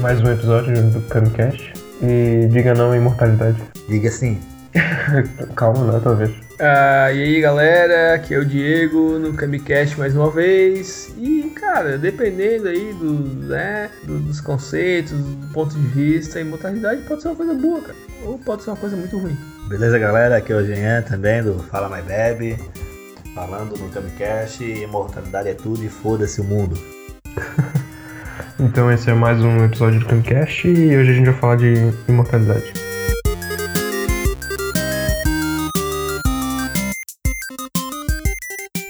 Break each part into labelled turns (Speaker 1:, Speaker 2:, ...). Speaker 1: mais um episódio do Camcast. E diga não à imortalidade.
Speaker 2: Diga assim, sim.
Speaker 1: Calma, né? Talvez.
Speaker 3: Ah, e aí galera, aqui é o Diego no Camicast mais uma vez. E cara, dependendo aí do, né, do- dos conceitos, do ponto de vista, a imortalidade pode ser uma coisa boa, cara. Ou pode ser uma coisa muito ruim.
Speaker 2: Beleza, galera? Aqui é o Jean também do Fala Mais Bebe, falando no Camicast. Imortalidade é tudo e foda-se o mundo.
Speaker 1: Então esse é mais um episódio do Camcast e hoje a gente vai falar de imortalidade.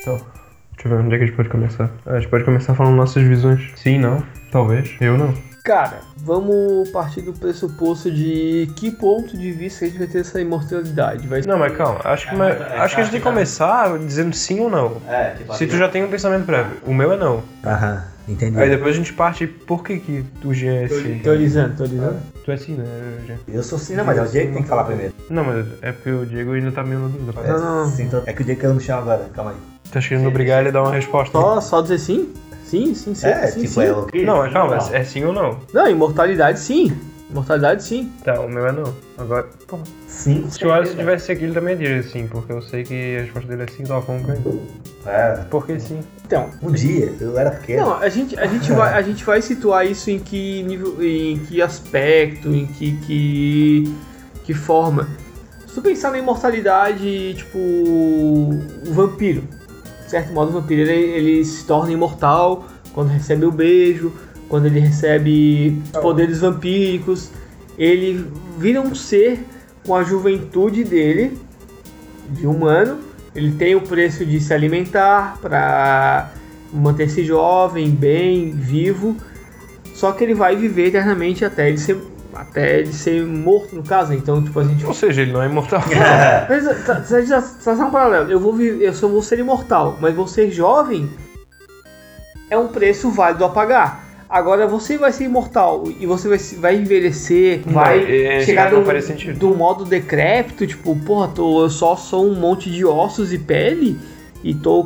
Speaker 1: Então, deixa eu ver onde é que a gente pode começar. Ah, A gente pode começar falando nossas visões. Sim, não? Talvez. Eu não.
Speaker 3: Cara, vamos partir do pressuposto de que ponto de vista a gente vai ter essa imortalidade. Vai
Speaker 1: Não, mas calma. Acho que, Ah, mas- acho que tá- a gente tem que começar dizendo sim ou não.
Speaker 4: É, tipo,
Speaker 1: Se tu já tem um pensamento prévio. O meu é não.
Speaker 2: Aham, entendi.
Speaker 1: Aí depois a gente parte por que que tu já é sim.
Speaker 3: Teorizando, teorizando.
Speaker 1: Tu é sim, né, Jean?
Speaker 2: Eu sou sim, não, mas é o Diego que tem que falar primeiro.
Speaker 1: Não, mas é porque o Diego ainda tá meio na dúvida.
Speaker 2: É, sim, então- é que o Diego caiu no chão agora, calma aí.
Speaker 1: Tá querendo obrigar ele a dar uma resposta. né?
Speaker 3: Só, só dizer sim? Sim, sim, sim.
Speaker 2: É,
Speaker 3: sim,
Speaker 2: tipo,
Speaker 3: sim.
Speaker 2: é o que?
Speaker 1: Não, mas calma, é sim ou não?
Speaker 3: Não, imortalidade sim. Imortalidade sim.
Speaker 1: Tá, o meu é não. Agora, porra.
Speaker 2: Sim.
Speaker 1: Se o Alisson tivesse aqui, ele também diria sim, porque eu sei que a resposta dele é sim, tava falando com ele.
Speaker 2: É,
Speaker 1: Por que sim?
Speaker 3: Então,
Speaker 2: um dia, eu era pequeno.
Speaker 3: Não, a gente, a gente, vai, a gente vai situar isso em que nível, em que aspecto, em que, que, que forma. Se tu pensar na imortalidade, tipo, o vampiro. De certo modo, o vampiro ele, ele se torna imortal quando recebe o beijo, quando ele recebe os poderes vampíricos. Ele vira um ser com a juventude dele, de humano. Ele tem o preço de se alimentar para manter-se jovem, bem, vivo. Só que ele vai viver eternamente até ele ser, até ele ser morto, no caso. Então, tipo, a gente.
Speaker 1: Ou seja, ele não é imortal.
Speaker 3: Mas, tá- tá- tá- tá- tá um paralelo. Eu, vou vi- eu só vou ser imortal, mas vou ser jovem é um preço válido a pagar. Agora você vai ser imortal e você vai, se- vai envelhecer,
Speaker 1: Não,
Speaker 3: vai
Speaker 1: é,
Speaker 3: chegar
Speaker 1: não
Speaker 3: num-
Speaker 1: faria sentido.
Speaker 3: do modo decrépito, tipo, porra, tô, eu só sou um monte de ossos e pele e tô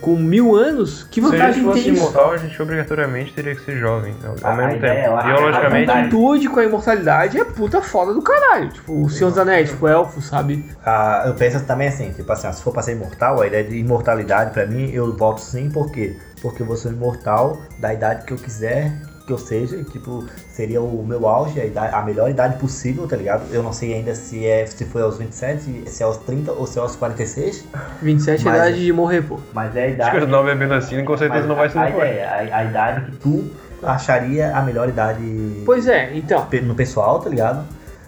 Speaker 3: com mil anos. Que
Speaker 1: Se a gente
Speaker 3: vantagem
Speaker 1: fosse
Speaker 3: tem isso?
Speaker 1: imortal, a gente obrigatoriamente teria que ser jovem ao, ao
Speaker 4: A- a
Speaker 1: mesmo
Speaker 4: ideia,
Speaker 1: tempo.
Speaker 4: a- a
Speaker 1: Biologicamente.
Speaker 4: vontade.
Speaker 3: Atitude com a imortalidade é puta foda do caralho. Tipo, o Senhor dos Anéis, tipo, elfo, sabe?
Speaker 2: Ah, eu penso também assim, tipo assim, ó, se for pra ser imortal, a ideia de imortalidade pra mim, eu voto sim, por quê? Porque eu vou ser um imortal da idade que eu quiser que eu seja, e, tipo, seria o meu auge, a, idade- a melhor idade possível, tá ligado? Eu não sei ainda se é se foi aos 27, se é aos 30 ou se é aos 46,
Speaker 3: 27 é a
Speaker 2: Mas-
Speaker 3: idade de morrer, pô.
Speaker 4: Mas é a
Speaker 1: Acho
Speaker 4: idade.
Speaker 1: que os nove bebendo assim, com certeza
Speaker 4: mas
Speaker 1: não vai ser
Speaker 4: a, a
Speaker 2: é
Speaker 1: depois.
Speaker 4: ideia, a, a idade que
Speaker 2: tu acharia a melhor idade
Speaker 3: Pois é, então.
Speaker 2: pe- no pessoal, tá ligado?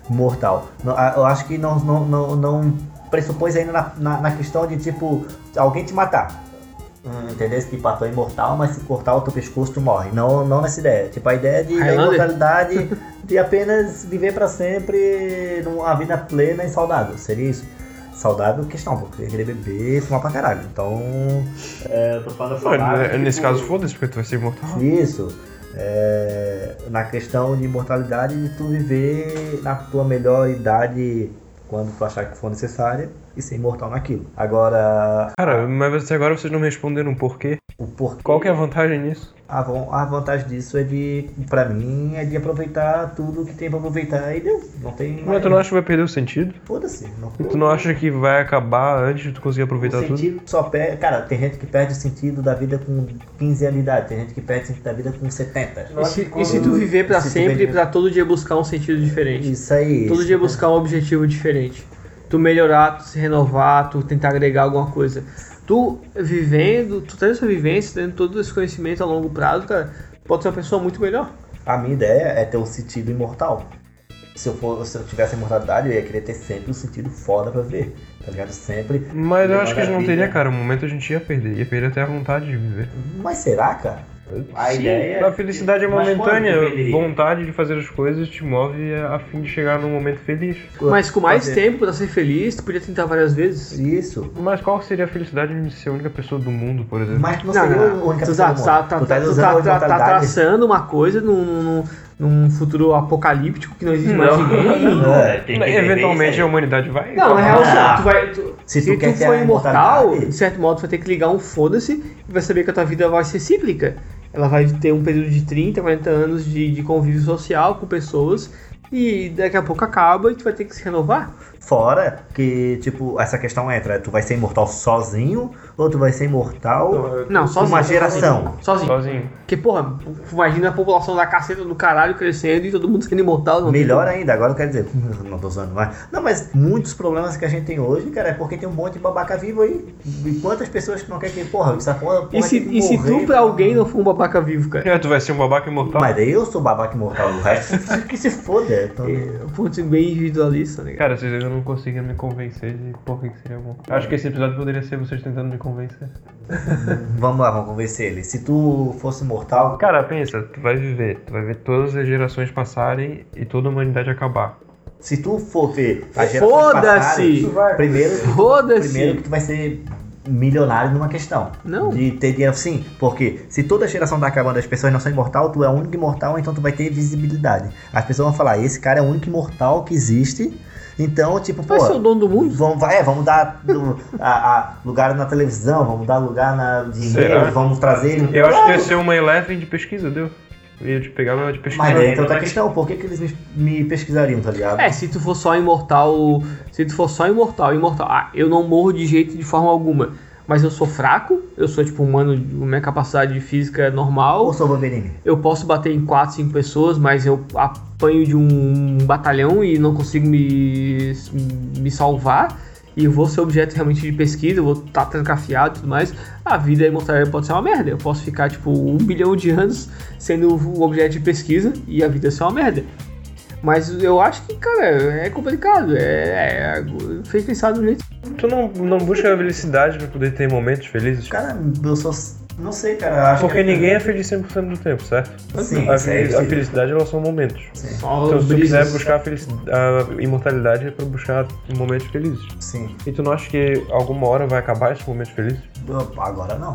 Speaker 2: Mortal. Não, a- Eu acho que não, não, não, não pressupõe ainda na, na, na questão de, tipo, alguém te matar. Hum, Entendeu? Que tipo, ah, tu é imortal, mas se cortar o teu pescoço, tu morre. Não, não nessa ideia. Tipo, a ideia de da
Speaker 3: Highlander?
Speaker 2: imortalidade de apenas viver pra sempre numa vida plena e saudável. Seria isso? Saudável, questão, porque eu queria beber e fumar pra caralho. Então,
Speaker 4: é, eu tô falando
Speaker 1: Mano, né,
Speaker 4: saudável,
Speaker 1: nesse
Speaker 4: tipo,
Speaker 1: caso, foda-se, porque tu vai ser imortal.
Speaker 2: Isso. é, na questão de imortalidade, de tu viver na tua melhor idade quando tu achar que for necessária e ser imortal naquilo. Agora,
Speaker 1: Cara, mas até agora vocês não me responderam um por quê.
Speaker 2: o porquê.
Speaker 1: Qual que é a vantagem nisso?
Speaker 2: A, von- a vantagem disso é de, pra mim, é de aproveitar tudo que tem pra aproveitar e deu. Não tem.
Speaker 1: Mas tu não acha que vai perder o sentido?
Speaker 2: Foda-se. Não,
Speaker 1: Tu não acha que vai acabar antes de tu conseguir aproveitar
Speaker 2: o
Speaker 1: tudo?
Speaker 2: sentido só perde. Cara, tem gente que perde o sentido da vida com 15 anos de idade, tem gente que perde o sentido da vida com 70.
Speaker 3: E se, e se tu viver pra
Speaker 2: Uhum. Se tu
Speaker 3: sempre,
Speaker 2: viver-
Speaker 3: pra todo dia buscar um sentido diferente.
Speaker 2: Isso né? aí.
Speaker 3: Todo dia buscar um objetivo diferente. Tu melhorar, tu se renovar, tu tentar agregar alguma coisa. Tu vivendo, tu tendo essa vivência, tendo todo esse conhecimento a longo prazo, cara, pode ser uma pessoa muito melhor.
Speaker 2: A minha ideia é ter o sentido imortal. Se eu, for, se eu tivesse imortalidade, eu ia querer ter sempre um sentido foda pra ver. Tá ligado? Sempre.
Speaker 1: Mas eu
Speaker 2: Levar
Speaker 1: acho que a gente não
Speaker 2: vida.
Speaker 1: teria, cara. Um momento a gente ia perder. Ia perder até a vontade de viver.
Speaker 2: Mas será, cara?
Speaker 4: A
Speaker 1: Sim,
Speaker 4: ideia-
Speaker 1: A felicidade é
Speaker 4: Mas quando
Speaker 1: momentânea.
Speaker 4: tu perderia?
Speaker 1: Vontade de fazer as coisas te move a fim de chegar num momento feliz.
Speaker 3: Mas com mais
Speaker 2: Fazer.
Speaker 3: tempo pra ser feliz, tu podia tentar várias vezes.
Speaker 2: Isso.
Speaker 1: Mas qual seria a felicidade de ser a única pessoa do mundo, por exemplo?
Speaker 2: Mas tu não, seria a única
Speaker 3: Tu
Speaker 2: pessoa
Speaker 3: tá,
Speaker 2: do mundo.
Speaker 3: tá- tá-
Speaker 2: tu tá
Speaker 3: tu
Speaker 2: usando
Speaker 3: tá-
Speaker 2: a
Speaker 3: tá- tá
Speaker 2: imortalidade.
Speaker 3: traçando uma coisa num, num- num futuro apocalíptico que não existe mais
Speaker 1: Não.
Speaker 3: ninguém.
Speaker 4: é, tem que viver
Speaker 1: Eventualmente
Speaker 4: isso
Speaker 1: a
Speaker 4: aí.
Speaker 1: humanidade vai.
Speaker 3: Não, na real,
Speaker 2: Ah.
Speaker 3: se tu vai. tu-
Speaker 2: Se
Speaker 3: se,
Speaker 2: tu
Speaker 3: tu,
Speaker 2: quer ter
Speaker 3: for
Speaker 2: a
Speaker 3: imortal,
Speaker 2: imortalidade-
Speaker 3: de certo modo, tu vai ter que ligar um foda-se e vai saber que a tua vida vai ser cíclica. Ela vai ter um período de 30, 40 anos de, de convívio social com pessoas e daqui a pouco acaba e tu vai ter que se renovar.
Speaker 2: Fora que, tipo, essa questão entra, tu vai ser imortal sozinho ou tu vai ser imortal
Speaker 3: Não,
Speaker 2: com
Speaker 3: sozinho.
Speaker 2: uma geração?
Speaker 3: Sozinho.
Speaker 1: Sozinho.
Speaker 3: Porque, porra, imagina a população da caceta do caralho crescendo e todo mundo sendo imortal. Não tem
Speaker 2: Melhor ainda, agora eu quero dizer, não tô usando mais. Não, mas muitos problemas que a gente tem hoje, cara, é porque tem um monte de babaca vivo aí. E quantas pessoas que não querem que, porra, essa porra, porra
Speaker 3: E se,
Speaker 2: tem é que
Speaker 3: e se
Speaker 2: morrer,
Speaker 3: tu pra alguém não for um babaca vivo, cara?
Speaker 1: É, tu vai ser um babaca imortal.
Speaker 2: Mas daí eu sou babaca imortal, o resto que se então, foda. eu tô-
Speaker 3: É um ponto bem individualista, né? cara?
Speaker 1: Cara, vocês ainda não conseguiram me convencer de por que que seria bom. Acho que esse episódio poderia ser vocês tentando me convencer.
Speaker 2: Vamos lá, vamos convencer ele. Se tu fosse imortal,
Speaker 1: Cara, pensa, tu vai viver, tu vai ver todas as gerações passarem e toda a humanidade acabar.
Speaker 2: se tu for ver a geração
Speaker 3: Foda-se!
Speaker 2: primeiro, primeiro que
Speaker 3: Foda-se!
Speaker 2: tu vai ser milionário numa questão.
Speaker 3: Não.
Speaker 2: De ter dinheiro, sim. Porque se toda geração tá acabando, as pessoas não são imortal, tu é o único imortal, então tu vai ter visibilidade. As pessoas vão falar, esse cara é o único imortal que existe. Então, tipo, pô...
Speaker 3: Vai ser o dono do mundo?
Speaker 2: Vamos, vai, é, vamos dar do- a- a- lugar na televisão, vamos dar lugar na dinheiro,
Speaker 1: Será?
Speaker 2: vamos trazer ele.
Speaker 1: Eu acho que ia
Speaker 2: Claro!
Speaker 1: ser uma Eleven de pesquisa, deu? Eu ia te pegar uma de pesquisa.
Speaker 2: Mas daí
Speaker 1: Mas,
Speaker 2: então tá a questão, por que, que eles me, me pesquisariam, tá ligado?
Speaker 3: É, se tu for só imortal. Se tu for só imortal, imortal. Ah, eu não morro de jeito de forma alguma. Mas eu sou fraco, eu sou tipo humano, minha capacidade física é
Speaker 2: Ou
Speaker 3: normal.
Speaker 2: sou Wolverine?
Speaker 3: Eu posso bater em 4, 5 pessoas, mas eu apanho de um batalhão e não consigo me, me salvar. E eu vou ser objeto realmente de pesquisa, eu vou estar trancafiado e tudo mais. A vida imortal pode ser uma merda. Eu posso ficar, tipo, um bilhão de anos sendo um objeto de pesquisa e a vida ser uma merda. Mas eu acho que, cara, é complicado. É, é, fez pensar do jeito.
Speaker 1: tu não, não busca a felicidade pra poder ter momentos felizes?
Speaker 2: Cara, eu sou. Não sei, cara. Acho
Speaker 1: Porque
Speaker 2: que...
Speaker 1: ninguém é feliz 100% do tempo, certo?
Speaker 2: Sim,
Speaker 1: a,
Speaker 2: isso é
Speaker 1: a
Speaker 2: isso.
Speaker 1: felicidade, elas são momentos.
Speaker 3: Só
Speaker 1: Então, se tu
Speaker 3: brisas.
Speaker 1: quiser buscar a, felicidade, a imortalidade, é pra buscar momentos felizes.
Speaker 2: Sim.
Speaker 1: E tu não acha que alguma hora vai acabar esses momentos felizes?
Speaker 2: Eu- Agora não.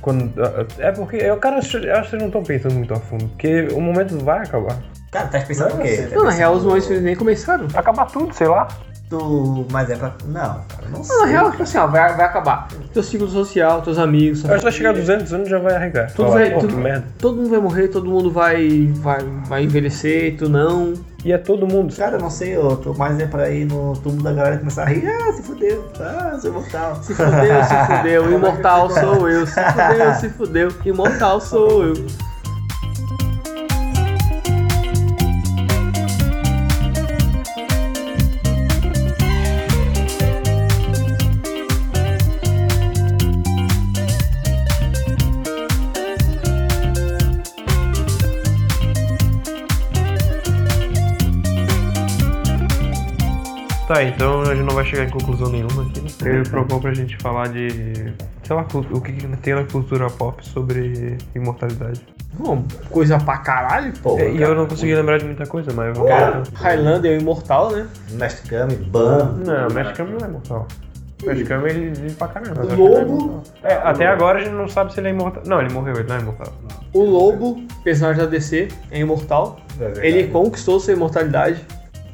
Speaker 1: Quando, é porque, eu, cara, eu acho eu acho que vocês não estão pensando muito a fundo, porque o momento vai acabar.
Speaker 2: Cara, tá pensando o quê? Tá
Speaker 3: Não, na
Speaker 2: pensando-
Speaker 3: real, os momentos nem começaram.
Speaker 1: Acabar tudo, sei lá.
Speaker 2: Tu... Mas é pra. Não, cara, não sei.
Speaker 3: Não, na real, tipo assim, ó, vai, vai acabar. Teu ciclo social, teus amigos,
Speaker 1: Eu
Speaker 3: sua
Speaker 1: acho que vai chegar a
Speaker 3: família,
Speaker 1: 200 anos e já vai arregar.
Speaker 3: Tudo
Speaker 1: Falar,
Speaker 3: vai-
Speaker 1: "Pô,
Speaker 3: tudo-
Speaker 1: que merda.
Speaker 3: Todo mundo vai morrer, todo mundo vai, vai, vai envelhecer, tu não.
Speaker 1: E é todo mundo.
Speaker 2: Cara, eu não sei, eu tô mais é pra ir no túmulo da galera e começar a rir. Ah, se fudeu. Ah, sou mortal.
Speaker 3: Se fudeu, se fudeu, imortal sou eu. Se fudeu, se fudeu, imortal sou eu.
Speaker 1: Tá, então a gente não vai chegar em conclusão nenhuma aqui, né? Eu propor pra gente falar de. Sei lá, cult- o que que tem na cultura pop sobre imortalidade.
Speaker 3: Bom, coisa pra caralho.
Speaker 2: Pô,
Speaker 1: É, e eu não consegui lembrar de muita coisa, mas vamos.
Speaker 2: Cara.
Speaker 3: Highlander é imortal, né?
Speaker 2: Mestre Kami, Ban.
Speaker 1: Não, o mexicano não é imortal. O mexicano ele vive pra caramba. mas eu
Speaker 2: O
Speaker 1: acho que ele é
Speaker 2: lobo-
Speaker 1: imortal. É, até agora a gente não sabe se ele é imortal. Não, ele morreu, ele não é imortal.
Speaker 3: O Lobo, personagem da DC, é imortal. Ele conquistou sua imortalidade.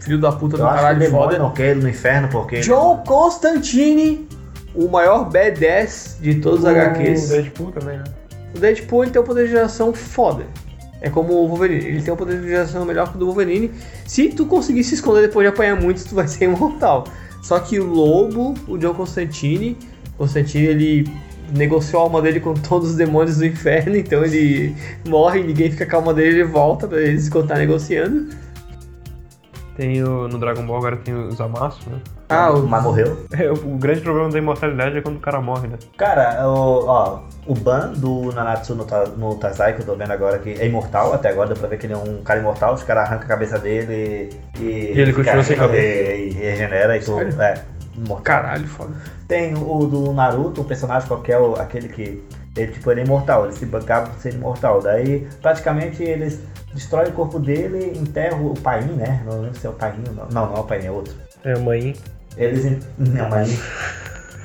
Speaker 3: Filho da puta do
Speaker 2: Eu acho que
Speaker 3: caralho,
Speaker 2: o demônio
Speaker 3: foda.
Speaker 2: não quer ele no inferno porque.
Speaker 3: John Constantine, o maior B10 de todos os
Speaker 2: Uh,
Speaker 3: HQs.
Speaker 1: O Deadpool também, né?
Speaker 3: O Deadpool ele tem um poder de geração foda. É como o Wolverine, ele tem um poder de geração melhor que o do Wolverine. Se tu conseguir se esconder depois de apanhar muito, tu vai ser imortal. Só que o Lobo, o John Constantine, Constantine ele negociou a alma dele com todos os demônios do inferno, então ele morre, ninguém fica com a alma dele, ele volta pra eles continuar negociando.
Speaker 1: Tem o, no Dragon Ball agora tem os Zamasu, né?
Speaker 3: Ah, o
Speaker 2: Mas morreu.
Speaker 1: É, o, o grande problema da imortalidade é quando o cara morre, né?
Speaker 2: Cara, o, ó, o Ban do Nanatsu no, Ta- no Taizai, que eu tô vendo agora, que é imortal, até agora deu pra ver que ele é um cara imortal, os caras arrancam a cabeça dele e.
Speaker 1: E ele continua sem cabeça.
Speaker 2: E, e regenera e tudo.
Speaker 3: Sério?
Speaker 2: É, imortal.
Speaker 3: caralho, foda.
Speaker 2: Tem o do Naruto, um personagem qualquer, o- aquele que. Ele, tipo, ele é imortal, ele se bancava por ser imortal. Daí, praticamente, eles destroem o corpo dele, enterram o Pain, né? Não lembro se é o Pain ou não. Não, não é o Pain, é outro.
Speaker 1: É a mãe.
Speaker 2: Eles. en- Não, mas.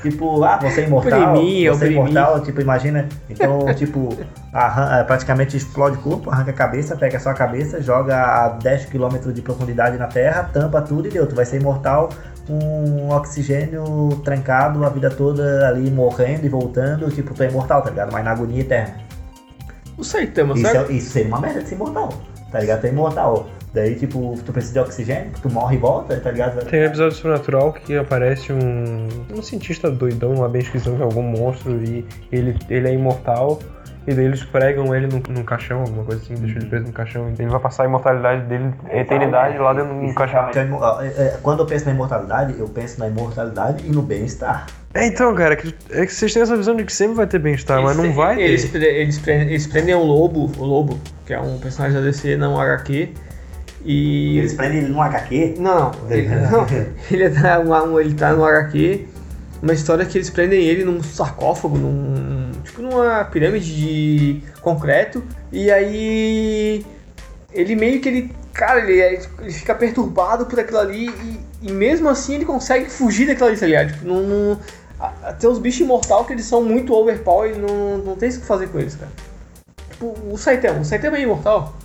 Speaker 2: Tipo, ah, você é imortal.
Speaker 3: Priminha, o
Speaker 2: você é
Speaker 3: priminha.
Speaker 2: imortal, tipo, imagina. Então, tipo, arran- eh, praticamente explode o corpo, arranca a cabeça, pega só a cabeça, joga a 10 km de profundidade na terra, tampa tudo e deu. Tu vai ser imortal com oxigênio trancado a vida toda ali, morrendo e voltando. Tipo, tu é imortal, tá ligado? Mas na agonia eterna.
Speaker 3: o Saitama,
Speaker 2: Isso,
Speaker 3: certo?
Speaker 2: é, isso seria uma merda de ser imortal, tá ligado? Tu é imortal. Daí, tipo, tu precisa de oxigênio, tu morre e volta, tá ligado?
Speaker 1: Tem um episódio sobrenatural que aparece um, um cientista doidão lá, bem esquisito, que é algum monstro, e ele, ele é imortal. E daí eles pregam ele num, num caixão, alguma coisa assim, deixam ele preso num caixão. E ele vai passar a imortalidade dele, a eternidade, lá dentro de um caixão.
Speaker 2: Então, imo- ó, é, é, Quando eu penso na imortalidade, eu penso na imortalidade e no bem-estar.
Speaker 1: É, então, cara, que- é que vocês têm essa visão de que sempre vai ter bem-estar, mas não
Speaker 3: Eles-
Speaker 1: vai ter.
Speaker 3: Eles, pre- eles, pre- eles prendem o Lobo, o Lobo, que é um personagem da DC, não um HQ. E.
Speaker 4: E eles prendem ele num HQ.
Speaker 3: Não, ele, não. É. Ele, tá, um, um- ele tá no HQ. Uma história que eles prendem ele num sarcófago, num. Tipo numa pirâmide de concreto. E aí. Ele meio que ele. Cara, ele, é- ele fica perturbado por aquilo ali e, e mesmo assim ele consegue fugir daquilo ali, tá ligado? Tipo, não. não- a- a- tem os bichos imortal que eles são muito overpower e não, não tem isso que fazer com eles, cara. Tipo, o Saitama. O Saitama é imortal.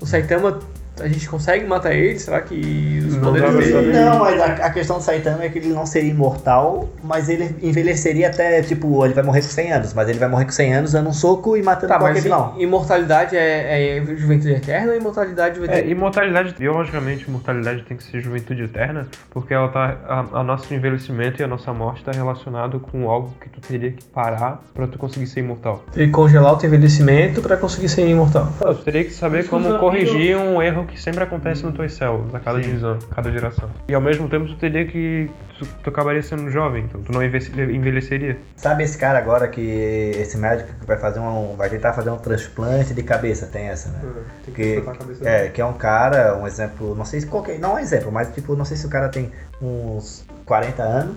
Speaker 3: O Saitama, a gente consegue matar ele? Será que os
Speaker 1: Não
Speaker 3: poderes
Speaker 1: dá pra
Speaker 3: dele.
Speaker 1: saber.
Speaker 2: Não, mas a, a questão do Saitama é que ele não seria imortal, mas ele envelheceria até, tipo, ele vai morrer com 100 anos, mas ele vai morrer com 100 anos dando um soco e matando
Speaker 3: Tá,
Speaker 2: qualquer
Speaker 3: mas
Speaker 2: vilão.
Speaker 3: i- imortalidade é, é juventude eterna ou imortalidade
Speaker 1: É,
Speaker 3: juventude
Speaker 1: imortalidade, biologicamente, imortalidade tem que ser juventude eterna, porque ela tá. A, a nosso envelhecimento e a nossa morte tá relacionado com algo que tu teria que parar pra tu conseguir ser imortal.
Speaker 3: Ele congelar o teu envelhecimento pra conseguir ser imortal.
Speaker 1: Tu teria que saber
Speaker 4: Isso
Speaker 1: como
Speaker 4: desafio-
Speaker 1: corrigir um erro que sempre acontece nas tuas células, a cada divisão, a cada geração. E ao mesmo tempo tu teria que. Tu, tu acabaria sendo jovem, então tu não envelhe- envelheceria.
Speaker 2: Sabe esse cara agora que esse médico que vai fazer um, vai tentar fazer um transplante de cabeça, tem essa, né?
Speaker 3: Tem
Speaker 2: que cortar
Speaker 3: a cabeça
Speaker 2: É, que é um cara, um exemplo, não sei se qualquer, não é um exemplo, mas tipo, não sei se o cara tem uns 40 anos,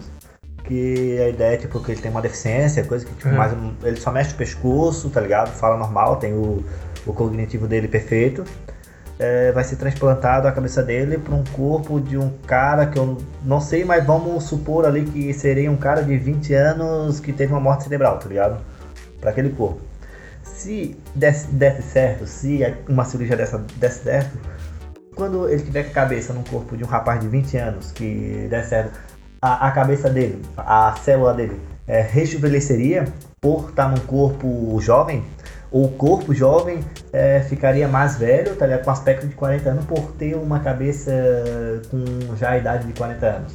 Speaker 2: que a ideia é tipo que ele tem uma deficiência, coisa que tipo,
Speaker 1: Uhum.
Speaker 2: mais um- ele só mexe o pescoço, tá ligado? Fala normal, tem o, o cognitivo dele perfeito. É, vai ser transplantado a cabeça dele para um corpo de um cara que eu não sei, mas vamos supor ali que seria um cara de 20 anos que teve uma morte cerebral, tá ligado? Para aquele corpo. Se desse, desse certo, se uma cirurgia dessa desse certo, quando ele tiver com a cabeça no corpo de um rapaz de 20 anos que der certo, a, a cabeça dele, a célula dele, é, rejuvenesceria por estar num corpo jovem, ou o corpo jovem é, ficaria mais velho, tá ligado? Com aspecto de 40 anos, por ter uma cabeça com já a idade de 40 anos.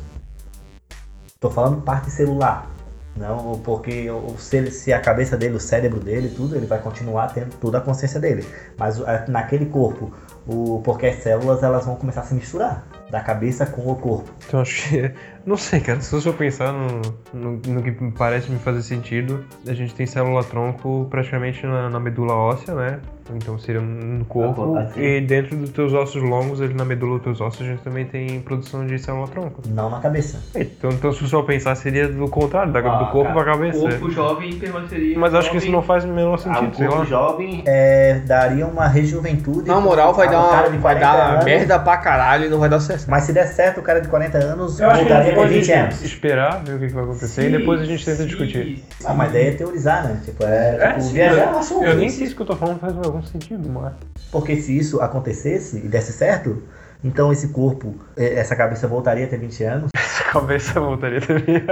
Speaker 2: Tô falando parte celular. Não, porque o- se, ele- se a cabeça dele, o cérebro dele, tudo, ele vai continuar tendo toda a consciência dele. Mas o- a- naquele corpo, o, porque as células elas vão começar a se misturar, da cabeça com o corpo.
Speaker 1: Então acho que. Não sei, cara. Se eu pensar no, no, no que me parece me fazer sentido, a gente tem célula tronco praticamente na, na medula óssea, né? Então seria no corpo.
Speaker 4: assim.
Speaker 1: E dentro dos teus ossos longos, ali na medula dos teus ossos, a gente também tem produção de célula tronco.
Speaker 2: Não na cabeça.
Speaker 1: Então, então se eu pensar, seria do contrário, da,
Speaker 4: Ah,
Speaker 1: do corpo
Speaker 4: cara,
Speaker 1: pra cabeça.
Speaker 3: jovem permaneceria.
Speaker 1: Mas acho que isso não faz o menor
Speaker 4: Ah,
Speaker 1: sentido,
Speaker 4: o
Speaker 1: sei
Speaker 4: corpo
Speaker 1: lá.
Speaker 4: jovem
Speaker 2: É, daria uma rejuventude.
Speaker 3: Na moral, vai
Speaker 2: Ah,
Speaker 3: dar,
Speaker 2: o cara
Speaker 3: uma,
Speaker 2: de
Speaker 3: vai
Speaker 2: 40
Speaker 3: dar
Speaker 2: anos,
Speaker 3: merda pra caralho e não vai dar sucesso.
Speaker 2: Mas se der certo, o cara de 40 anos
Speaker 4: Eu acho que
Speaker 2: voltaria
Speaker 4: ele
Speaker 2: com
Speaker 4: pode
Speaker 2: 20 anos.
Speaker 1: Esperar, ver o que que vai acontecer e depois a gente tenta discutir.
Speaker 2: Ah, mas daí é teorizar, né? Tipo, é,
Speaker 1: É,
Speaker 2: tipo,
Speaker 1: sim,
Speaker 2: viajar é um
Speaker 1: Eu
Speaker 2: assunto.
Speaker 1: nem sei se o que eu tô falando faz algum sentido, mas.
Speaker 2: Porque se isso acontecesse e desse certo, então esse corpo, eh, essa cabeça voltaria a ter 20 anos.
Speaker 1: Essa cabeça voltaria também.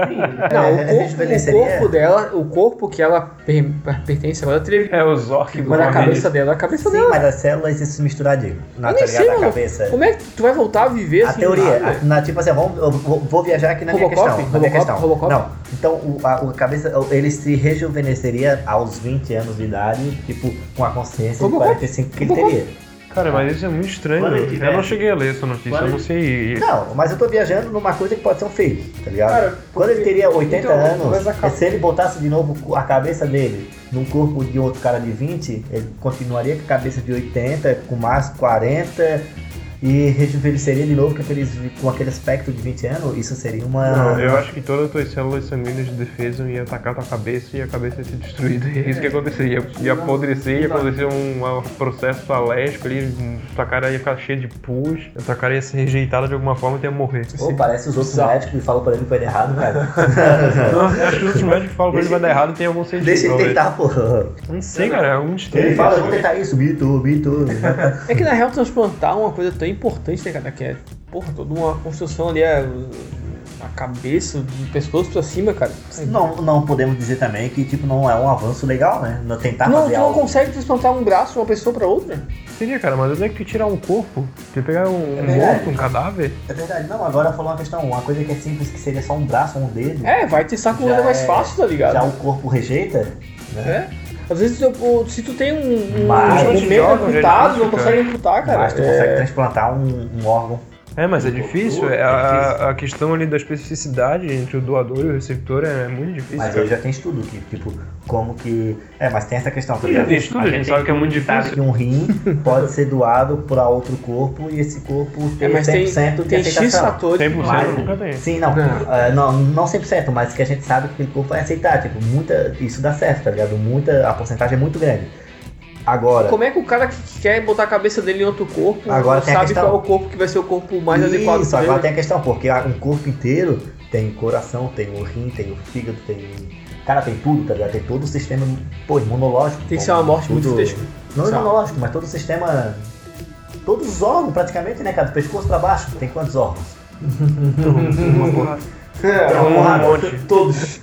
Speaker 3: Não,
Speaker 2: É,
Speaker 3: o corpo, o
Speaker 2: rejuvenesceria.
Speaker 3: corpo dela, o corpo que ela per- pertence agora teve.
Speaker 1: É o Zork do
Speaker 3: Mas a
Speaker 1: Power
Speaker 3: cabeça dela, a cabeça
Speaker 2: Sim,
Speaker 3: dela.
Speaker 2: mas as células iam se misturar de na
Speaker 3: Eu nem
Speaker 2: tá
Speaker 3: sei,
Speaker 2: ligado, na
Speaker 3: mano.
Speaker 2: cabeça.
Speaker 3: Como é que tu vai voltar a viver
Speaker 2: A
Speaker 3: assim?
Speaker 2: teoria,
Speaker 3: nada?
Speaker 2: na, tipo assim, vamos, eu vou, vou viajar aqui na
Speaker 3: Robocop?
Speaker 2: minha questão. Na minha
Speaker 3: Robocop?
Speaker 2: questão.
Speaker 3: Robocop?
Speaker 2: Não, então o, a, o cabeça, ele se rejuvenesceria aos 20 anos de idade, tipo, com a consciência
Speaker 3: Robocop?
Speaker 2: de 45 que ele
Speaker 3: Robocop?
Speaker 2: teria.
Speaker 1: Cara, mas isso é muito estranho.
Speaker 4: Quando ele
Speaker 1: Eu
Speaker 4: tiver-
Speaker 1: não cheguei a ler essa notícia,
Speaker 4: Quando
Speaker 1: eu não
Speaker 4: ele-
Speaker 1: sei.
Speaker 2: Não, mas eu tô viajando numa coisa que pode ser um fake, tá ligado?
Speaker 3: Ah, Cara,
Speaker 2: Quando ele teria 80
Speaker 3: então, mas
Speaker 2: anos,
Speaker 3: a ca-
Speaker 2: se ele botasse de novo a cabeça dele num corpo de outro cara de 20, ele continuaria com a cabeça de 80, com mais 40 e rejuvenesceria de novo com, aqueles, com aquele aspecto de 20 anos, isso seria uma.
Speaker 1: Não, eu acho que todas as tuas células sanguíneas de defesa iam atacar tua cabeça e a cabeça ia ser destruída. E é isso que aconteceria. Ia apodrecer, ia acontecer um, um processo alérgico ali, um- tua cara ia ficar cheia de pus, a tua cara ia ser rejeitada de alguma forma e tu ia morrer.
Speaker 2: Pô, parece os outros
Speaker 3: Bizarro.
Speaker 2: médicos que falam pra ele que vai dar errado, cara.
Speaker 1: Não, acho que os médicos falam que ele vai dar errado tem algum sentido.
Speaker 2: Deixa ele
Speaker 1: talvez.
Speaker 2: tentar, pô.
Speaker 1: Não sei, cara, é um estranho.
Speaker 2: Ele fala, eu vou tentar isso, mito, mito.
Speaker 3: É que na real transplantar é uma coisa tão importante, né, cara? Que é, porra, toda uma construção ali, é, a cabeça, do pescoço pra cima, cara.
Speaker 2: Não, não podemos dizer também que tipo, não é um avanço legal, né? Não tentar
Speaker 3: não, tu
Speaker 2: fazer
Speaker 3: não
Speaker 2: algo.
Speaker 3: consegue transplantar um braço de uma pessoa pra outra?
Speaker 1: Seria, cara, mas onde é que tu tirar um corpo? Tu pegar um,
Speaker 2: É
Speaker 1: um
Speaker 2: verdade.
Speaker 1: morto, um cadáver?
Speaker 2: É verdade, não, agora falou uma questão, uma coisa que é simples, que seria só um braço ou um dedo.
Speaker 3: É, vai testar com
Speaker 2: Já
Speaker 3: coisa mais
Speaker 2: é-
Speaker 3: fácil, tá ligado?
Speaker 2: Já o corpo rejeita, né?
Speaker 3: É. Às vezes, eu- eu- se tu tem um, um
Speaker 2: Mas-
Speaker 3: joelho meio
Speaker 1: joga,
Speaker 3: amputado,
Speaker 1: joga,
Speaker 3: não consegue amputar, cara. é-
Speaker 2: Mas tu consegue transplantar um, um órgão.
Speaker 1: É, mas é
Speaker 2: Um
Speaker 1: difícil.
Speaker 2: corpo,
Speaker 1: é
Speaker 2: é difícil.
Speaker 1: a, a questão ali da especificidade entre o doador e o receptor é, muito difícil.
Speaker 2: Mas
Speaker 1: cara.
Speaker 2: ele já tem estudo que, tipo, como que. É, mas tem essa questão, tá
Speaker 1: Já
Speaker 2: ligado?
Speaker 1: tem estudo, a gente sabe que é muito
Speaker 2: Sabe
Speaker 1: difícil.
Speaker 2: que um rim pode ser doado para outro corpo e esse corpo
Speaker 3: É,
Speaker 2: tem
Speaker 3: mas tem,
Speaker 2: 100% de
Speaker 3: tem X
Speaker 2: aceitação.
Speaker 1: é
Speaker 3: fatores.
Speaker 1: 100% nunca tem.
Speaker 2: Sim, não.
Speaker 3: Não.
Speaker 2: eh, não, não 100%, mas que a gente sabe que o corpo vai aceitar. Tipo, muita, isso dá certo, tá ligado? Muita, a porcentagem é muito grande. Agora,
Speaker 3: Como é que o cara que quer botar a cabeça dele em outro corpo
Speaker 2: Agora
Speaker 3: não
Speaker 2: tem a
Speaker 3: sabe
Speaker 2: questão.
Speaker 3: qual é o corpo que vai ser o corpo mais
Speaker 2: isso,
Speaker 3: adequado pra
Speaker 2: agora
Speaker 3: ele?
Speaker 2: tem a questão, porque a- um corpo inteiro tem coração, tem o rim, tem o fígado, tem. Cara, tem tudo, tá ligado? Tem todo o sistema, pô, imunológico.
Speaker 3: Tem
Speaker 2: pô,
Speaker 3: que ser uma morte muito
Speaker 2: tudo-
Speaker 3: fresca.
Speaker 2: Não
Speaker 3: Sabe?
Speaker 2: imunológico, mas todo o sistema. Todos os órgãos, praticamente, né, cara? Do pescoço pra baixo, tem quantos órgãos?
Speaker 1: Uma porrada.
Speaker 2: Tem uma
Speaker 1: Um
Speaker 2: porrada.
Speaker 1: monte.
Speaker 3: Todos.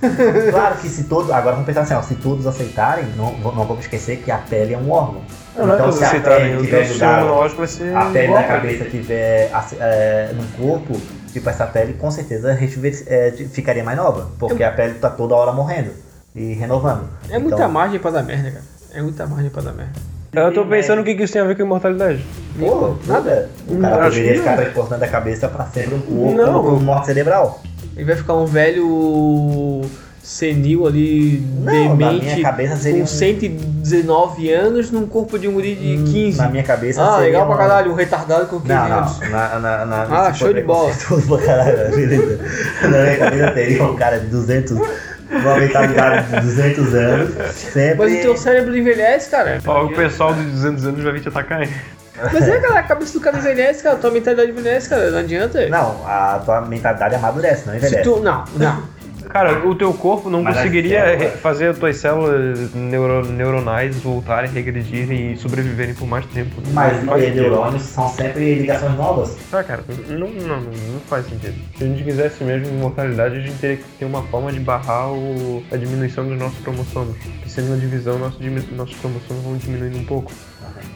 Speaker 2: Claro que se todos. Agora vamos pensar assim, ó, se todos aceitarem, não, não vamos esquecer que a pele é um órgão.
Speaker 1: Não, não é todos
Speaker 2: se a
Speaker 1: aceitarem.
Speaker 2: pele
Speaker 1: O
Speaker 3: então,
Speaker 2: tiver
Speaker 3: é um
Speaker 1: sistema
Speaker 2: ajudado,
Speaker 1: imunológico é vai ser.
Speaker 2: a pele
Speaker 1: igual,
Speaker 2: da
Speaker 1: cara.
Speaker 2: cabeça tiver ace- é, no corpo, tipo, essa pele com certeza rejuve- é, de- ficaria mais nova. Porque a pele tá toda hora morrendo e renovando.
Speaker 3: É muita
Speaker 2: então,
Speaker 3: margem pra dar merda, cara. É muita margem pra dar merda.
Speaker 1: Eu tô pensando o que que isso tem a ver com imortalidade.
Speaker 2: Pô, nada. O
Speaker 1: Acho
Speaker 2: cara
Speaker 1: que
Speaker 2: poderia ficar
Speaker 1: não.
Speaker 2: transportando a cabeça pra sempre um corpo,
Speaker 1: Não.
Speaker 2: como morte cerebral.
Speaker 3: Ele vai ficar um velho senil ali,
Speaker 2: Não, na
Speaker 3: demente,
Speaker 2: minha cabeça seria
Speaker 3: com
Speaker 2: um- Hum,
Speaker 3: 119 anos, num corpo de um guri de 15.
Speaker 2: Na minha cabeça
Speaker 3: ah,
Speaker 2: seria
Speaker 3: legal pra
Speaker 2: um-
Speaker 3: caralho, um retardado com 15
Speaker 2: Não,
Speaker 3: anos.
Speaker 2: não. Na, na, na,
Speaker 3: Ah,
Speaker 2: nesse
Speaker 3: show de bola.
Speaker 2: preconceituoso pra caralho, beleza. Na minha cabeça teria um cara de 200... Uma mentalidade de 200 anos. Sempre...
Speaker 3: Mas o teu cérebro envelhece,
Speaker 2: É.
Speaker 3: cara.
Speaker 1: Ó, o pessoal dos 200 anos vai vir te atacar, hein?
Speaker 3: Mas é, cara, a cabeça do cara envelhece, cara. Tua mentalidade envelhece, cara. Não adianta.
Speaker 2: Não, a tua mentalidade amadurece, não
Speaker 3: Se
Speaker 2: envelhece.
Speaker 3: tu, não, não.
Speaker 1: Cara, o teu corpo não
Speaker 2: Mas
Speaker 1: conseguiria
Speaker 2: é que é,
Speaker 1: re-
Speaker 2: cara.
Speaker 1: fazer as tuas células neuro- neuronais voltarem, regredirem e sobreviverem por mais tempo.
Speaker 2: Mas
Speaker 1: Não faz sentido.
Speaker 2: neurônios são sempre ligações novas.
Speaker 1: Ah, cara, não, não, não, não faz sentido. Se a gente quisesse mesmo imortalidade, a gente teria que ter uma forma de barrar o- a diminuição dos nossos cromossomos. Porque se na divisão, nosso dimi- nossos cromossomos vão diminuindo um pouco.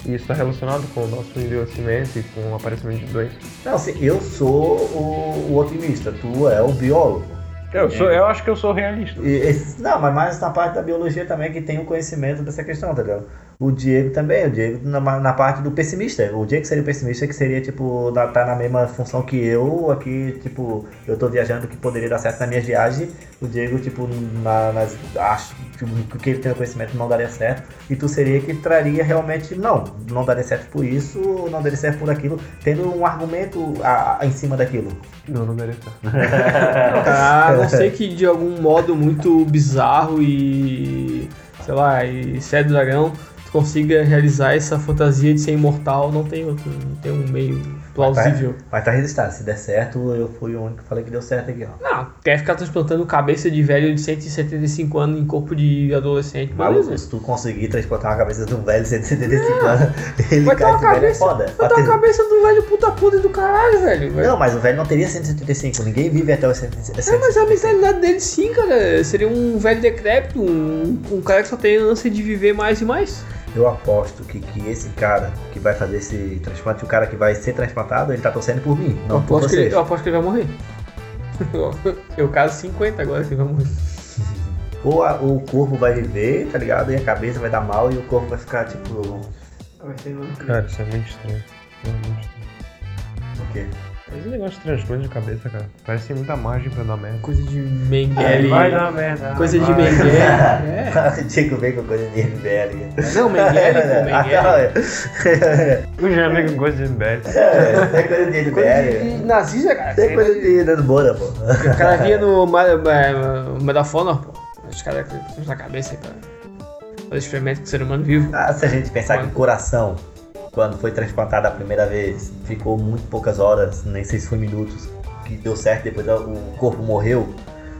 Speaker 1: E isso está relacionado com o nosso envelhecimento e com o aparecimento de doenças.
Speaker 2: Não, assim, eu sou o, o otimista, tu é o biólogo.
Speaker 1: Eu, sou, eu acho que eu sou realista.
Speaker 2: E esse- não, mas mais na parte da biologia também que tem o conhecimento dessa questão, tá ligado? O Diego também, o Diego na, na parte do pessimista. O Diego seria o pessimista que seria, tipo, na, tá na mesma função que eu, aqui, tipo, eu tô viajando que poderia dar certo na minha viagem. O Diego, tipo, na, nas, acho que o que ele tem o conhecimento não daria certo. E tu seria que traria realmente, não, não daria certo por isso, não daria certo por aquilo, tendo um argumento a- a- em cima daquilo.
Speaker 1: Não, não daria certo.
Speaker 3: Cara, a não
Speaker 2: É.
Speaker 3: ser que de algum modo muito bizarro e. sei lá, e sério dragão, tu consiga realizar essa fantasia de ser imortal, não tem outro. Não tem um meio plausível.
Speaker 2: Mas tá registrado, se der certo, eu fui o único que falei que deu certo aqui, ó.
Speaker 3: Não, quer ficar transplantando cabeça de velho de 175 anos em corpo de adolescente,
Speaker 2: Maluco,
Speaker 3: beleza.
Speaker 2: se tu conseguir transportar uma cabeça de um velho de 175 anos, ele
Speaker 3: Vai ter
Speaker 2: cai
Speaker 3: uma
Speaker 2: de velho é
Speaker 3: cabeça.
Speaker 2: foda.
Speaker 3: Vai ter a
Speaker 2: Bateu.
Speaker 3: cabeça do velho puta puta do caralho, velho. velho.
Speaker 2: Não, mas o velho não teria 175, ninguém vive até os 175.
Speaker 3: É, mas a mentalidade dele sim, cara. Seria um velho decrépito, um, um cara que só tem ânsia de viver mais e mais.
Speaker 2: Eu aposto que, que esse cara que vai fazer esse transplante, o cara que vai ser transplantado, ele tá torcendo por mim,
Speaker 3: eu,
Speaker 2: não por
Speaker 3: aposto que ele,
Speaker 2: vocês.
Speaker 3: eu aposto que ele vai morrer. Eu caso 50 agora que ele vai morrer.
Speaker 2: Ou a- ou o corpo vai viver, tá ligado? E a cabeça vai dar mal e o corpo vai ficar tipo.
Speaker 1: Cara, isso é muito estranho. É muito estranho.
Speaker 2: O quê?
Speaker 1: Esse negócio de transplante de cabeça, cara, parece ter muita margem pra dar merda.
Speaker 3: Coisa de Mengele.
Speaker 1: Vai dar merda.
Speaker 3: Coisa de
Speaker 1: vai.
Speaker 3: Mengele. É.
Speaker 2: É. Tinha que ver com coisa de MBL.
Speaker 3: Não, Mengele, pô,
Speaker 2: Ah,
Speaker 3: Mengele.
Speaker 1: Eu já vi com coisa de MBL.
Speaker 2: É é coisa de
Speaker 3: Coisa
Speaker 2: MBL.
Speaker 3: de nazista, cara.
Speaker 2: Tem É coisa de Nando Moura, pô.
Speaker 3: O cara vinha no Ma- Ma- Medafona, pô. Os caras com na cabeça aí pra fazer experimento com o ser humano vivo.
Speaker 2: Ah, se a gente pensar que o coração, quando foi transplantado a primeira vez, ficou muito poucas horas, nem sei se foi minutos, que deu certo, depois o corpo morreu.